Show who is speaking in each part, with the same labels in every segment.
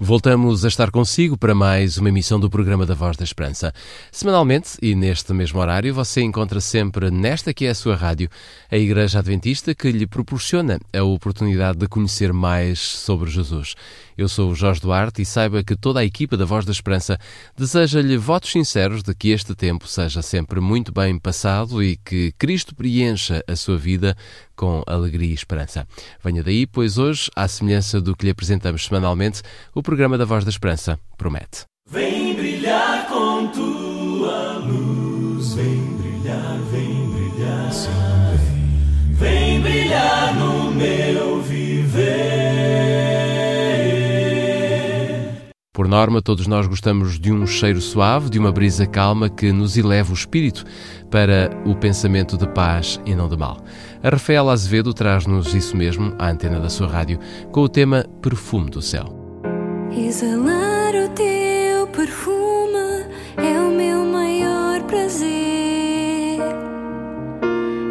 Speaker 1: Voltamos a estar consigo para mais uma emissão do programa da Voz da Esperança. Semanalmente e neste mesmo horário, você encontra sempre nesta que é a sua rádio, a Igreja Adventista que lhe proporciona a oportunidade de conhecer mais sobre Jesus. Eu sou o Jorge Duarte e saiba que toda a equipa da Voz da Esperança deseja-lhe votos sinceros de que este tempo seja sempre muito bem passado e que Cristo preencha a sua vida com alegria e esperança. Venha daí, pois hoje, à semelhança do que lhe apresentamos semanalmente, o programa da Voz da Esperança promete.
Speaker 2: Vem brilhar com tua luz, vem brilhar, vem brilhar, sim, vem. Vem brilhar no meu viver.
Speaker 1: Por norma, todos nós gostamos de um cheiro suave, de uma brisa calma que nos eleva o espírito para o pensamento de paz e não de mal. A Rafaela Azevedo traz-nos isso mesmo à antena da sua rádio com o tema Perfume do Céu.
Speaker 3: Exalar o teu perfume é o meu maior prazer.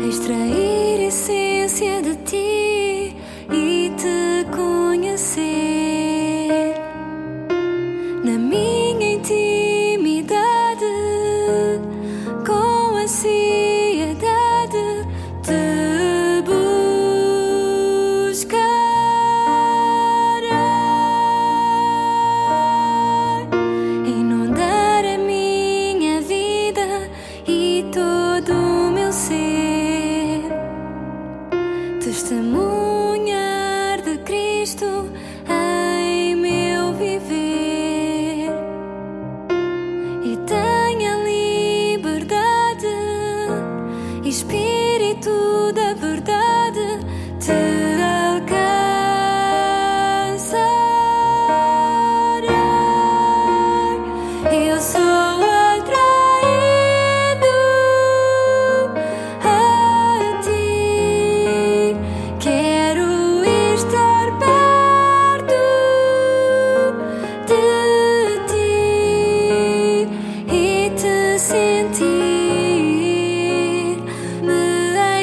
Speaker 3: Extrair a essência de ti e te conhecer. Na minha intimidade, com ansiedade, te buscarei inundar a minha vida e todo o meu ser, testemunhar de Cristo em meu viver e tenha liberdade, Espírito da verdade te alcançará. Eu sou atraído a ti. Quero estar perto de ti e te sentir, me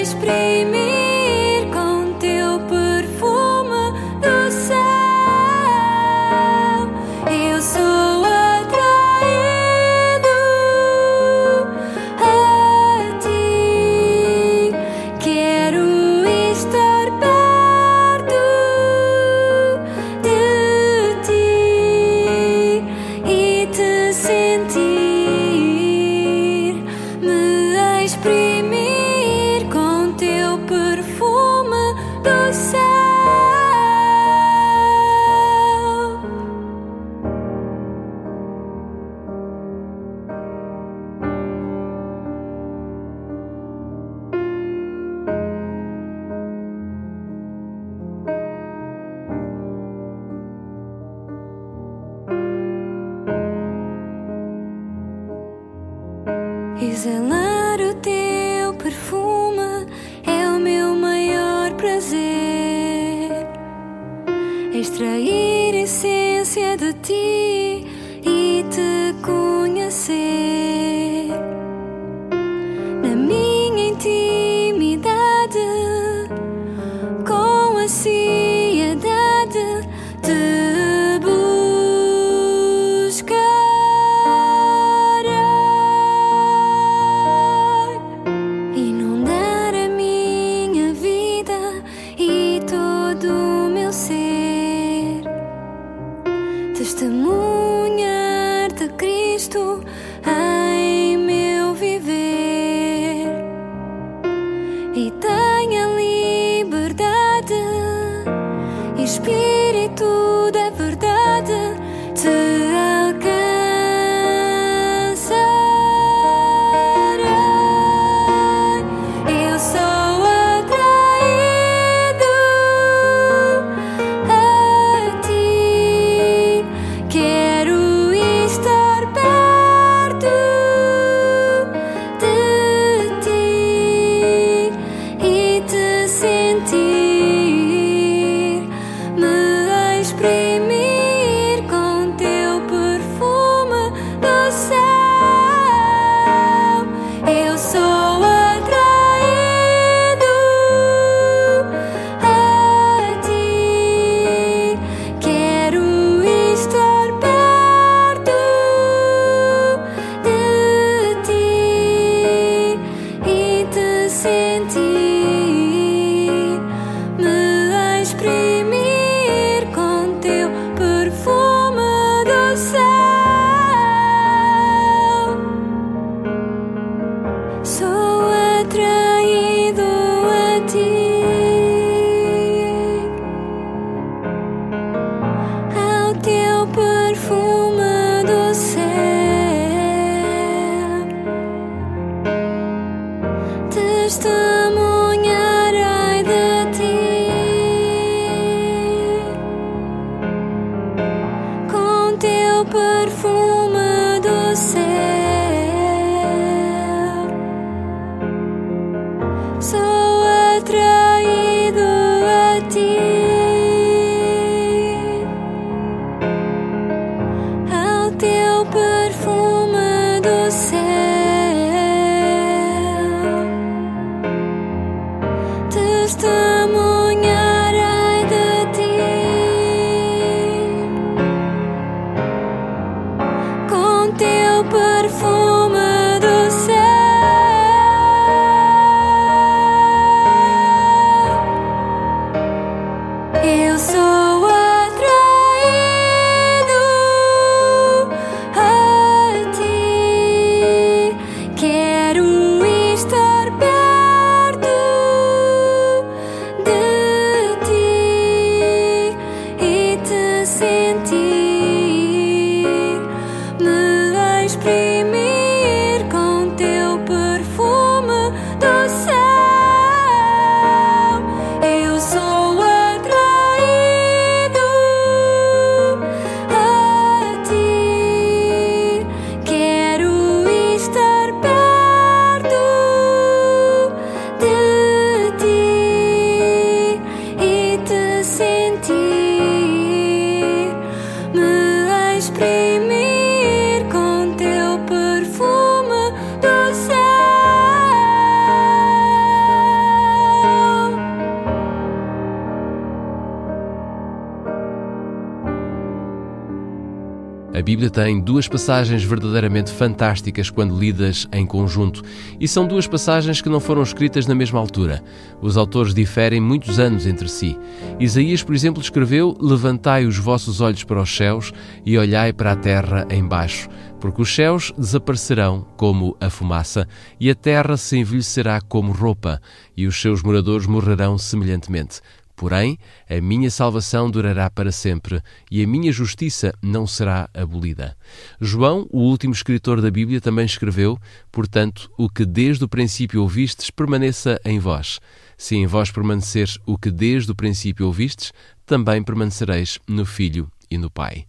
Speaker 3: exprimir com teu perfume do céu. Eu sou atraído a ti. Quero estar perto de ti e te sentir, me exprimir com teu perfume do céu. Exalar o teu perfume é o meu maior prazer. Extrair a essência de ti e te conhecer. Na minha intimidade, com ansiedade, te buscarei inundar a minha vida e todo o meu ser, testemunho É testemunharei de ti com teu perfume do céu. Sou atraído a ti ao teu perfume do céu. Testemunharei de ti com teu perfume do céu. Eu sou atraído a ti. Quero estar perto de ti e te sentir, me exprimir com teu perfume do céu. Eu sou atraído a ti. Quero estar perto de ti e te sentir, me exprimir com teu perfume do céu.
Speaker 1: A Bíblia tem duas passagens verdadeiramente fantásticas quando lidas em conjunto, e são duas passagens que não foram escritas na mesma altura. Os autores diferem muitos anos entre si. Isaías, por exemplo, escreveu: Levantai os vossos olhos para os céus e olhai para a terra embaixo, porque os céus desaparecerão como a fumaça, e a terra se envelhecerá como roupa, e os seus moradores morrerão semelhantemente. Porém, a minha salvação durará para sempre e a minha justiça não será abolida. João, o último escritor da Bíblia, também escreveu: Portanto, o que desde o princípio ouvistes permaneça em vós. Se em vós permanecer o que desde o princípio ouvistes, também permanecereis no Filho e no Pai.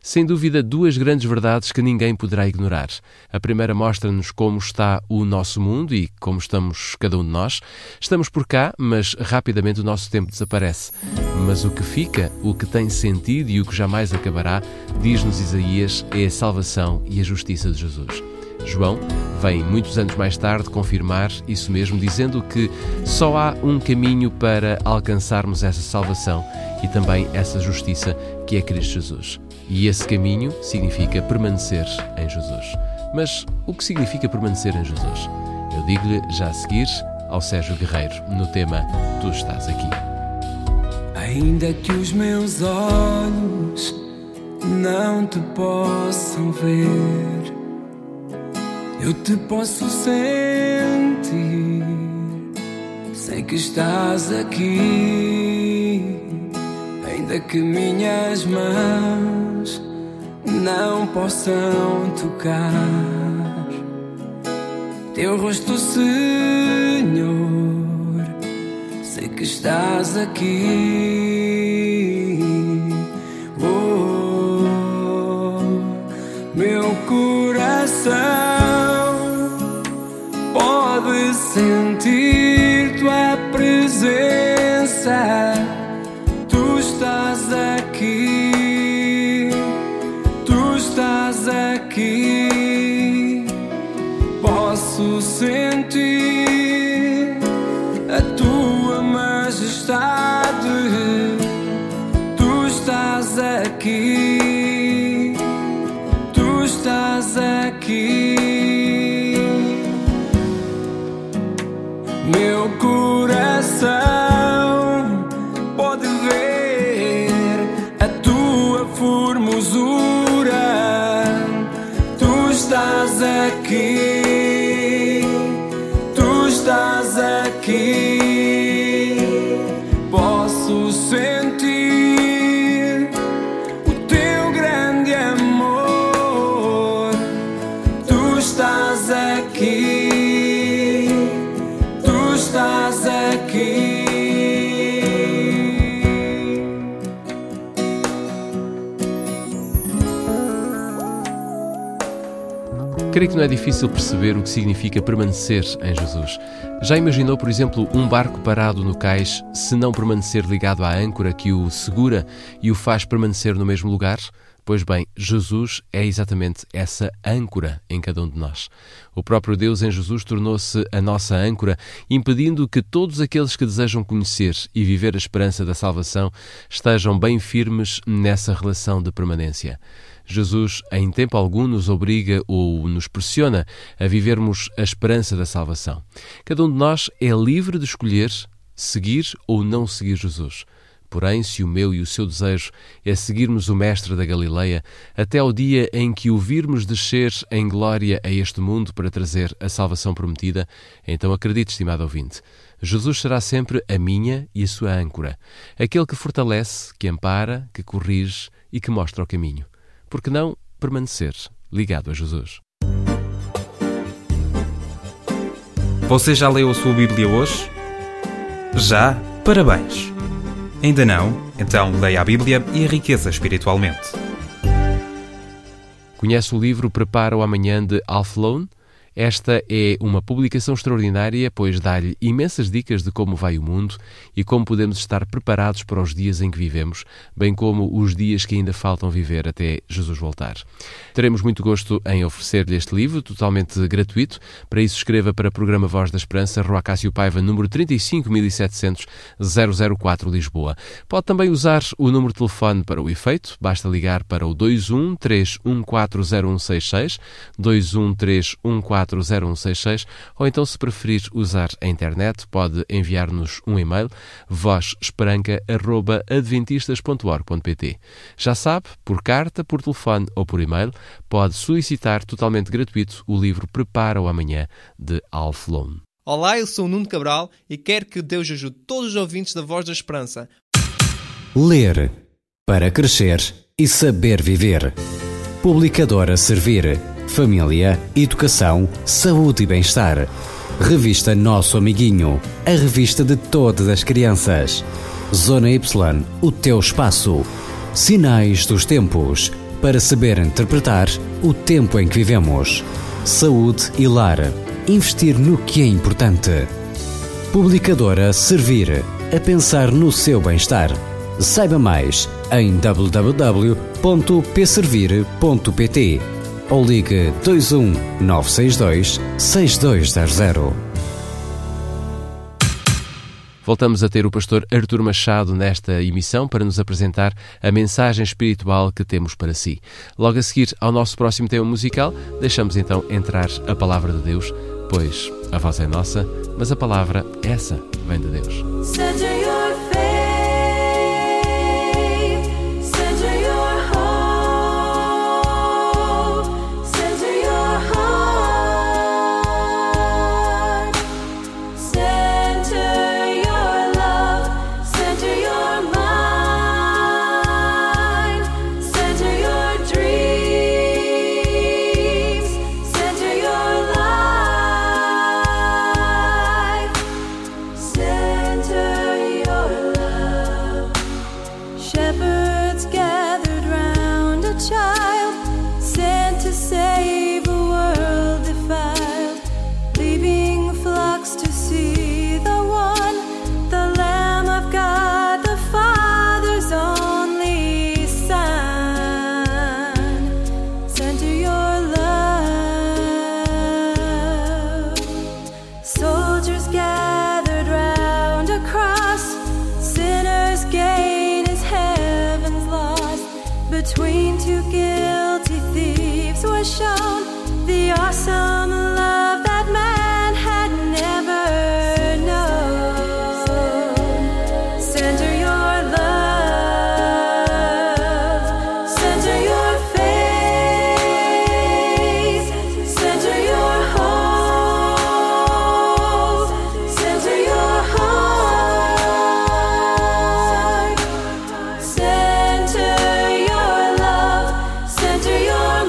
Speaker 1: Sem dúvida, duas grandes verdades que ninguém poderá ignorar. A primeira mostra-nos como está o nosso mundo e como estamos cada um de nós. Estamos por cá, mas rapidamente o nosso tempo desaparece. Mas o que fica, o que tem sentido e o que jamais acabará, diz-nos Isaías, é a salvação e a justiça de Jesus. João vem muitos anos mais tarde confirmar isso mesmo, dizendo que só há um caminho para alcançarmos essa salvação e também essa justiça que é Cristo Jesus. E esse caminho significa permanecer em Jesus. Mas o que significa permanecer em Jesus? Eu digo-lhe já a seguir ao Sérgio Guerreiro no tema Tu estás aqui.
Speaker 4: Ainda que os meus olhos não te possam ver, eu te posso sentir. Sei que estás aqui, ainda que minhas mãos não possam tocar teu rosto, Senhor. Sei que estás aqui. Oh, meu coração pode sentir tua presença. Tu estás aqui. Tu estás aqui posso sentir a tua majestade. Tu estás aqui, tu estás aqui, meu coração pode ver a tua formosura. Tu estás aqui, tu estás aqui. Posso sentir o teu grande amor.
Speaker 1: Creio que não é difícil perceber o que significa permanecer em Jesus. Já imaginou, por exemplo, um barco parado no cais se não permanecer ligado à âncora que o segura e o faz permanecer no mesmo lugar? Pois bem, Jesus é exatamente essa âncora em cada um de nós. O próprio Deus em Jesus tornou-se a nossa âncora, impedindo que todos aqueles que desejam conhecer e viver a esperança da salvação estejam bem firmes nessa relação de permanência. Jesus, em tempo algum, nos obriga ou nos pressiona a vivermos a esperança da salvação. Cada um de nós é livre de escolher seguir ou não seguir Jesus. Porém, se o meu e o seu desejo é seguirmos o Mestre da Galileia, até ao dia em que o virmos descer em glória a este mundo para trazer a salvação prometida, então acredite, estimado ouvinte, Jesus será sempre a minha e a sua âncora, aquele que fortalece, que ampara, que corrige e que mostra o caminho. Por que não permanecer ligado a Jesus?
Speaker 5: Você já leu a sua Bíblia hoje? Já? Parabéns! Ainda não? Então leia a Bíblia e enriqueça espiritualmente.
Speaker 1: Conhece o livro Prepara o Amanhã de Alf Lone? Esta é uma publicação extraordinária, pois dá-lhe imensas dicas de como vai o mundo e como podemos estar preparados para os dias em que vivemos, bem como os dias que ainda faltam viver até Jesus voltar. Teremos muito gosto em oferecer-lhe este livro, totalmente gratuito. Para isso, escreva para o Programa Voz da Esperança, Rua Cássio Paiva, número 35700 004 Lisboa. Pode também usar o número de telefone para o efeito, basta ligar para o 21 3140166, 21 3140166, ou então, se preferir usar a internet, pode enviar-nos um e-mail, vozesperanca.adventistas.org.pt. Já sabe, por carta, por telefone ou por e-mail, pode solicitar totalmente gratuito o livro Prepara o Amanhã, de Alf Lone.
Speaker 6: Olá, eu sou o Nuno Cabral e quero que Deus ajude todos os ouvintes da Voz da Esperança.
Speaker 7: Ler para crescer e saber viver. Publicadora Servir. Família, Educação, Saúde e Bem-Estar. Revista Nosso Amiguinho. A revista de todas as crianças. Zona Y. O teu espaço. Sinais dos tempos. Para saber interpretar o tempo em que vivemos. Saúde e lar. Investir no que é importante. Publicadora Servir. A pensar no seu bem-estar. Saiba mais em www.pservir.pt ou ligue 21 962 6200.
Speaker 1: Voltamos a ter o pastor Artur Machado nesta emissão para nos apresentar a mensagem espiritual que temos para si. Logo a seguir ao nosso próximo tema musical, deixamos então entrar a palavra de Deus, pois a voz é nossa, mas a palavra essa vem de Deus.
Speaker 3: Seja your faith, seja your hope, seja your heart, center your love, center your mind, center your dreams, center your life. Center your love. Shepherds gathered round a child sent to save a world defiled, leaving flocks to see the one, the Lamb of God, the Father's only Son. Center your love. Soldiers gathered round a cross, sinners' gain is heaven's loss. Between two guilty thieves was shown the awesome love that man had never known. Center your love, center your faith, center your hope, center your heart, center your love,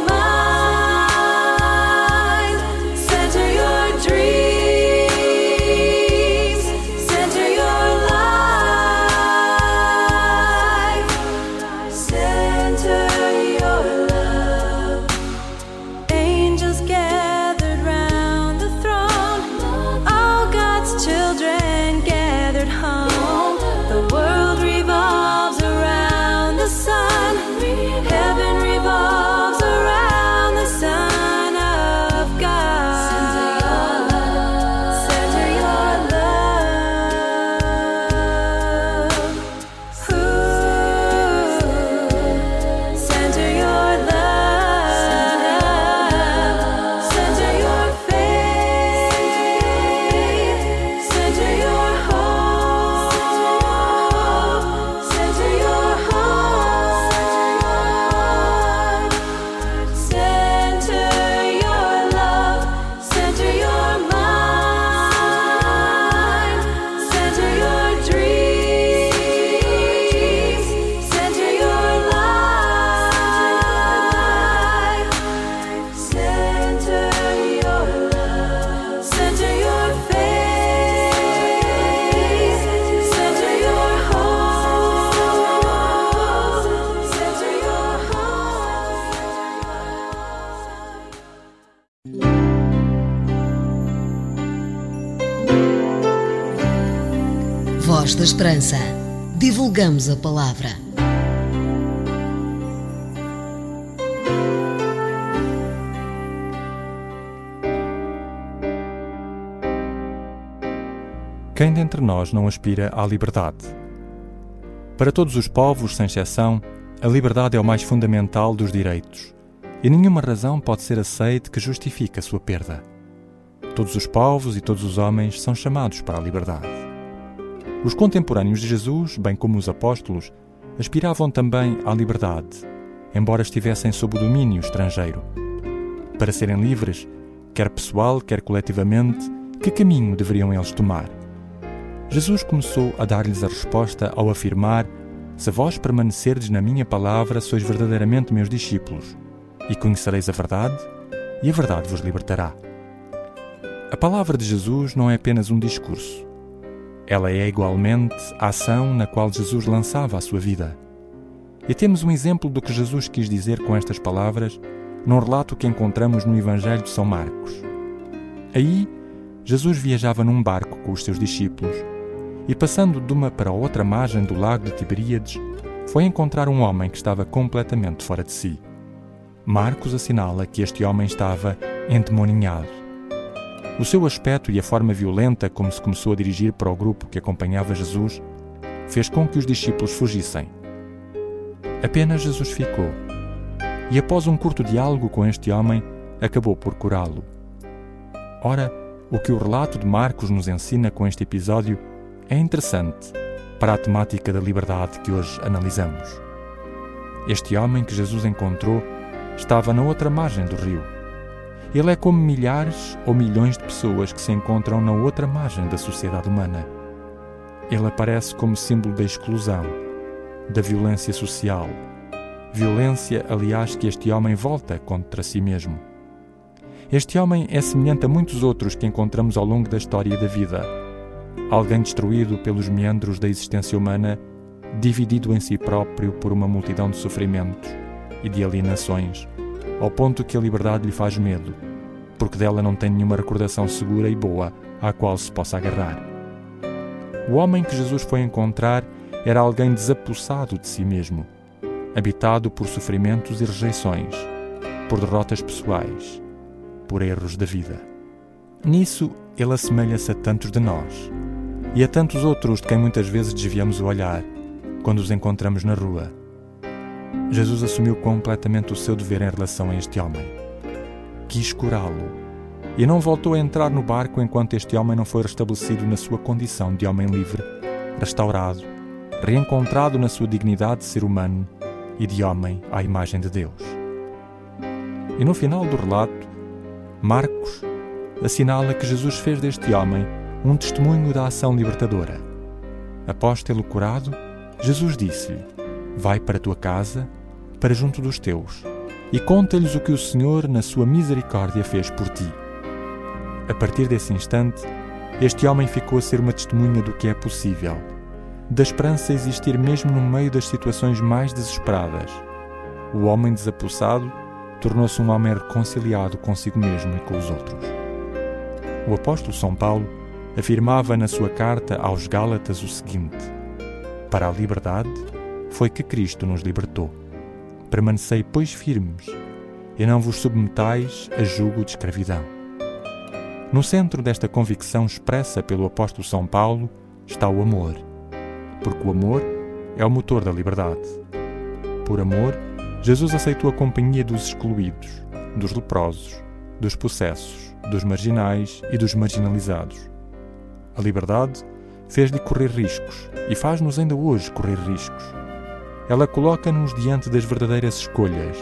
Speaker 8: Voz da Esperança. Divulgamos a palavra.
Speaker 9: Quem dentre nós não aspira à liberdade? Para todos os povos, sem exceção, a liberdade é o mais fundamental dos direitos e nenhuma razão pode ser aceite que justifique a sua perda. Todos os povos e todos os homens são chamados para a liberdade. Os contemporâneos de Jesus, bem como os apóstolos, aspiravam também à liberdade, embora estivessem sob o domínio estrangeiro. Para serem livres, quer pessoal, quer coletivamente, que caminho deveriam eles tomar? Jesus começou a dar-lhes a resposta ao afirmar: Se vós permanecerdes na minha palavra, sois verdadeiramente meus discípulos, e conhecereis a verdade, e a verdade vos libertará. A palavra de Jesus não é apenas um discurso. Ela é igualmente a ação na qual Jesus lançava a sua vida. E temos um exemplo do que Jesus quis dizer com estas palavras num relato que encontramos no Evangelho de São Marcos. Aí, Jesus viajava num barco com os seus discípulos e passando de uma para outra margem do lago de Tiberíades, foi encontrar um homem que estava completamente fora de si. Marcos assinala que este homem estava endemoninhado. O seu aspecto e a forma violenta como se começou a dirigir para o grupo que acompanhava Jesus fez com que os discípulos fugissem. Apenas Jesus ficou e, após um curto diálogo com este homem, acabou por curá-lo. Ora, o que o relato de Marcos nos ensina com este episódio é interessante para a temática da liberdade que hoje analisamos. Este homem que Jesus encontrou estava na outra margem do rio. Ele é como milhares ou milhões de pessoas que se encontram na outra margem da sociedade humana. Ele aparece como símbolo da exclusão, da violência social. Violência, aliás, que este homem volta contra si mesmo. Este homem é semelhante a muitos outros que encontramos ao longo da história da vida. Alguém destruído pelos meandros da existência humana, dividido em si próprio por uma multidão de sofrimentos e de alienações, ao ponto que a liberdade lhe faz medo, porque dela não tem nenhuma recordação segura e boa à qual se possa agarrar. O homem que Jesus foi encontrar era alguém desapossado de si mesmo, habitado por sofrimentos e rejeições, por derrotas pessoais por erros da vida. Nisso, ele assemelha-se a tantos de nós e a tantos outros de quem muitas vezes desviamos o olhar quando os encontramos na rua. Jesus assumiu completamente o seu dever em relação a este homem. Quis curá-lo e não voltou a entrar no barco enquanto este homem não foi restabelecido na sua condição de homem livre, restaurado, reencontrado na sua dignidade de ser humano e de homem à imagem de Deus. E no final do relato, Marcos assinala que Jesus fez deste homem um testemunho da ação libertadora. Após tê-lo curado, Jesus disse-lhe: Vai para a tua casa, para junto dos teus, e conta-lhes o que o Senhor, na sua misericórdia, fez por ti. A partir desse instante, este homem ficou a ser uma testemunha do que é possível, da esperança existir mesmo no meio das situações mais desesperadas. O homem desapossado tornou-se um homem reconciliado consigo mesmo e com os outros. O apóstolo São Paulo afirmava na sua carta aos Gálatas o seguinte: Para a liberdade foi que Cristo nos libertou. Permanecei, pois, firmes, e não vos submetais a jugo de escravidão. No centro desta convicção expressa pelo apóstolo São Paulo está o amor, porque o amor é o motor da liberdade. Por amor, Jesus aceitou a companhia dos excluídos, dos leprosos, dos possessos, dos marginais e dos marginalizados. A liberdade fez-lhe correr riscos e faz-nos ainda hoje correr riscos. Ela coloca-nos diante das verdadeiras escolhas,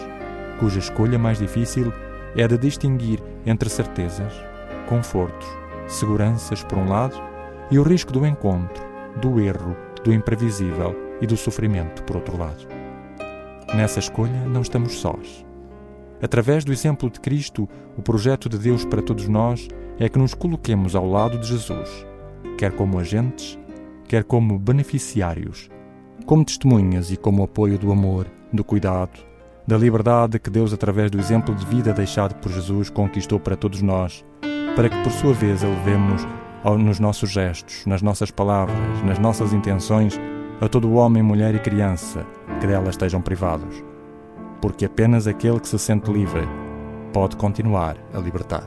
Speaker 9: cuja escolha mais difícil é a de distinguir entre certezas, confortos, seguranças por um lado e o risco do encontro, do erro, do imprevisível e do sofrimento por outro lado. Nessa escolha não estamos sós. Através do exemplo de Cristo, o projeto de Deus para todos nós é que nos coloquemos ao lado de Jesus, quer como agentes, quer como beneficiários, como testemunhas e como apoio do amor, do cuidado, da liberdade que Deus, através do exemplo de vida deixado por Jesus, conquistou para todos nós, para que por sua vez elevemos ao- nos nossos gestos, nas nossas palavras, nas nossas intenções, a todo homem, mulher e criança que dela estejam privados. Porque apenas aquele que se sente livre pode continuar a libertar.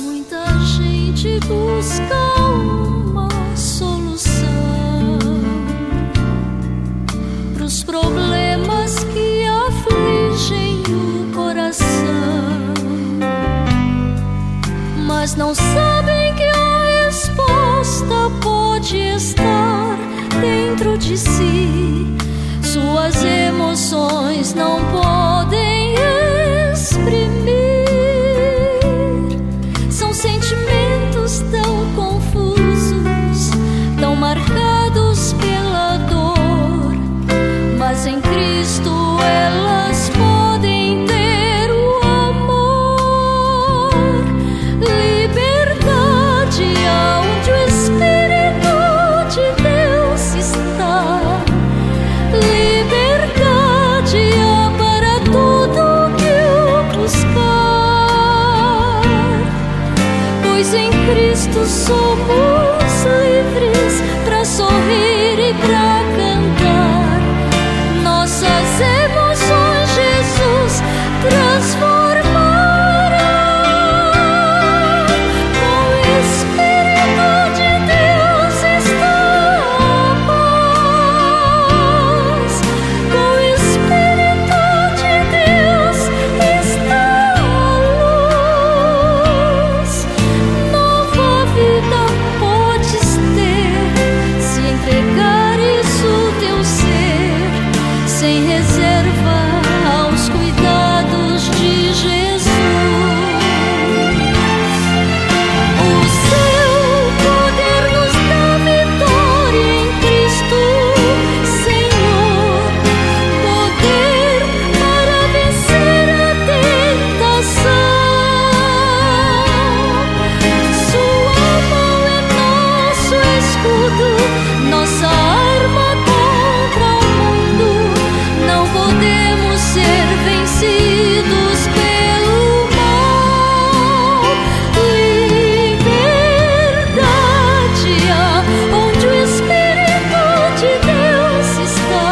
Speaker 3: Muita gente busca uma solução para os problemas que afligem o coração, mas não sabem que a resposta pode estar dentro de si. Suas emoções não podem exprimir. São sentimentos tão confusos, tão marcados pela dor, mas em Cristo elas podem ter o amor, liberdade onde o Espírito de Deus está. Liberdade há para tudo que o buscar. Pois em Cristo somos livres para sorrir e para cantar. Nossas emoções, Jesus transformará. Com o Espírito de Deus está a paz. Com o Espírito de Deus está a luz. Nova vida podes ter se entregares o teu ser sem reserva aos cuidados de Jesus. O seu poder nos dá vitória em Cristo, Senhor. Poder para vencer a tentação. Sua mão é nosso escudo, nossa arma contra o mundo. Não podemos ser vencidos pelo mal. Liberdade, há onde o Espírito de Deus está.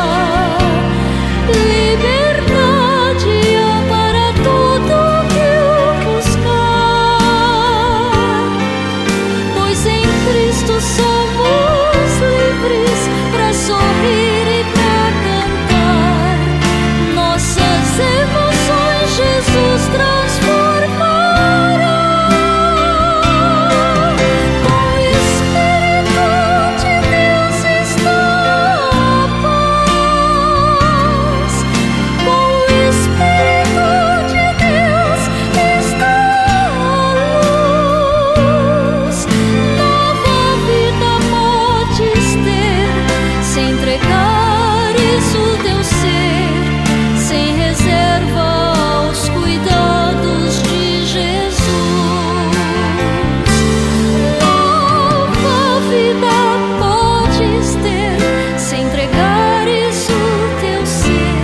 Speaker 3: Liberdade há para tudo que o buscar. Pois em Cristo somos livres para sorrir e para cantar. Nossas emoções, Jesus transformará. Com o Espírito de Deus está a paz. Com o Espírito de Deus está a luz. Nova vida podes ter se entregares o teu ser sem reserva aos cuidados de Jesus. Nova vida podes ter se entregares o teu ser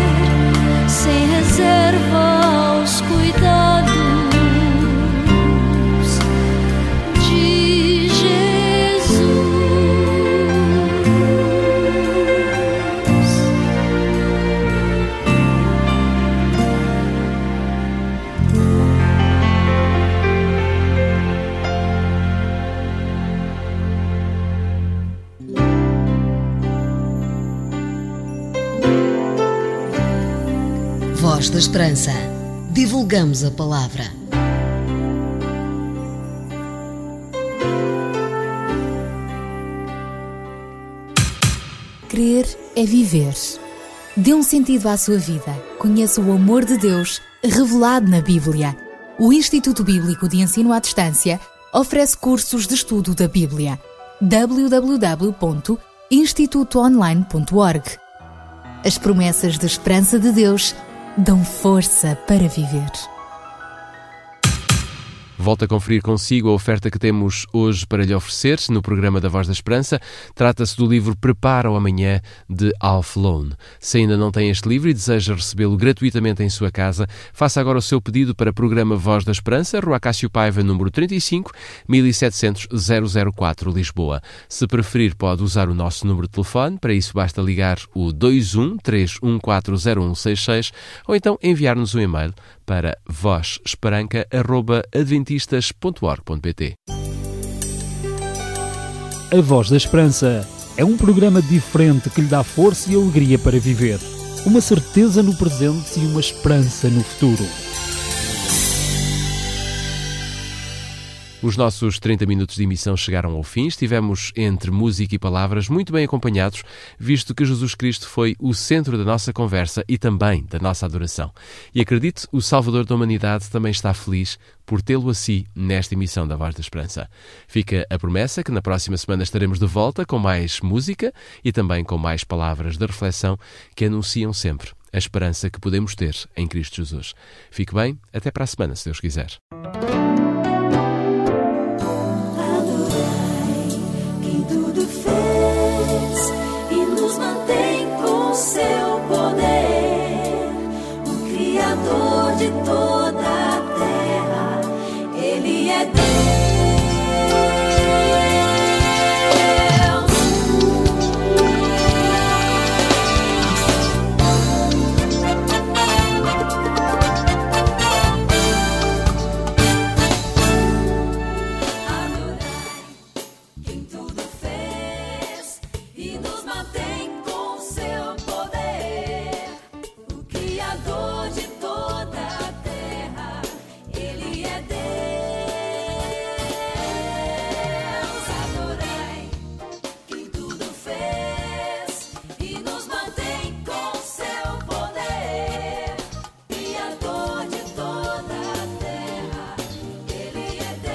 Speaker 3: sem reserva aos cuidados de Jesus.
Speaker 8: Voz da Esperança. Divulgamos a palavra.
Speaker 10: Crer é viver. Dê um sentido à sua vida. Conheça o amor de Deus revelado na Bíblia. O Instituto Bíblico de Ensino à Distância oferece cursos de estudo da Bíblia. www.institutoonline.org As promessas de esperança de Deus dão força para viver.
Speaker 1: Volto a conferir consigo a oferta que temos hoje para lhe oferecer no programa da Voz da Esperança. Trata-se do livro Prepara o Amanhã, de Alf Lone. Se ainda não tem este livro e deseja recebê-lo gratuitamente em sua casa, faça agora o seu pedido para o programa Voz da Esperança, Rua Cássio Paiva, número 35, 1700 004, Lisboa. Se preferir, pode usar o nosso número de telefone. Para isso, basta ligar o 21 3140166 ou então enviar-nos um e-mail para vozesperanca.adventistas.org.pt
Speaker 11: A Voz da Esperança é um programa diferente que lhe dá força e alegria para viver. Uma certeza no presente e uma esperança no futuro.
Speaker 1: Os nossos 30 minutos de emissão chegaram ao fim. Estivemos entre música e palavras muito bem acompanhados, visto que Jesus Cristo foi o centro da nossa conversa e também da nossa adoração. E acredite, o Salvador da humanidade também está feliz por tê-lo a si nesta emissão da Voz da Esperança. Fica a promessa que na próxima semana estaremos de volta com mais música e também com mais palavras de reflexão que anunciam sempre a esperança que podemos ter em Cristo Jesus. Fique bem, até para a semana, se Deus quiser.
Speaker 3: e nos mantém com seu poder, o Criador de toda a terra, Ele é Deus. Em tudo fez e nos mantém com seu poder, o Criador de toda a terra, Ele é Deus. Adorai quem tudo fez e nos mantém com seu poder, Criador de toda a terra, Ele é Deus.